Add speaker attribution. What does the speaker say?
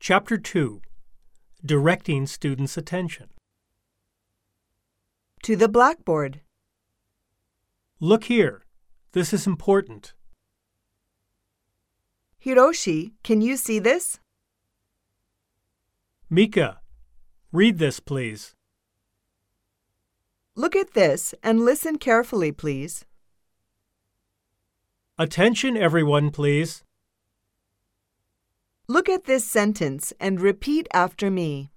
Speaker 1: Chapter 2 Directing Students' Attention.
Speaker 2: To the blackboard.
Speaker 1: Look here. This is important.
Speaker 2: Hiroshi, can you see this?
Speaker 1: Mika, read this, please.
Speaker 2: Look at this and listen carefully, please.
Speaker 1: Attention, everyone, please.
Speaker 2: Look at this sentence and repeat after me.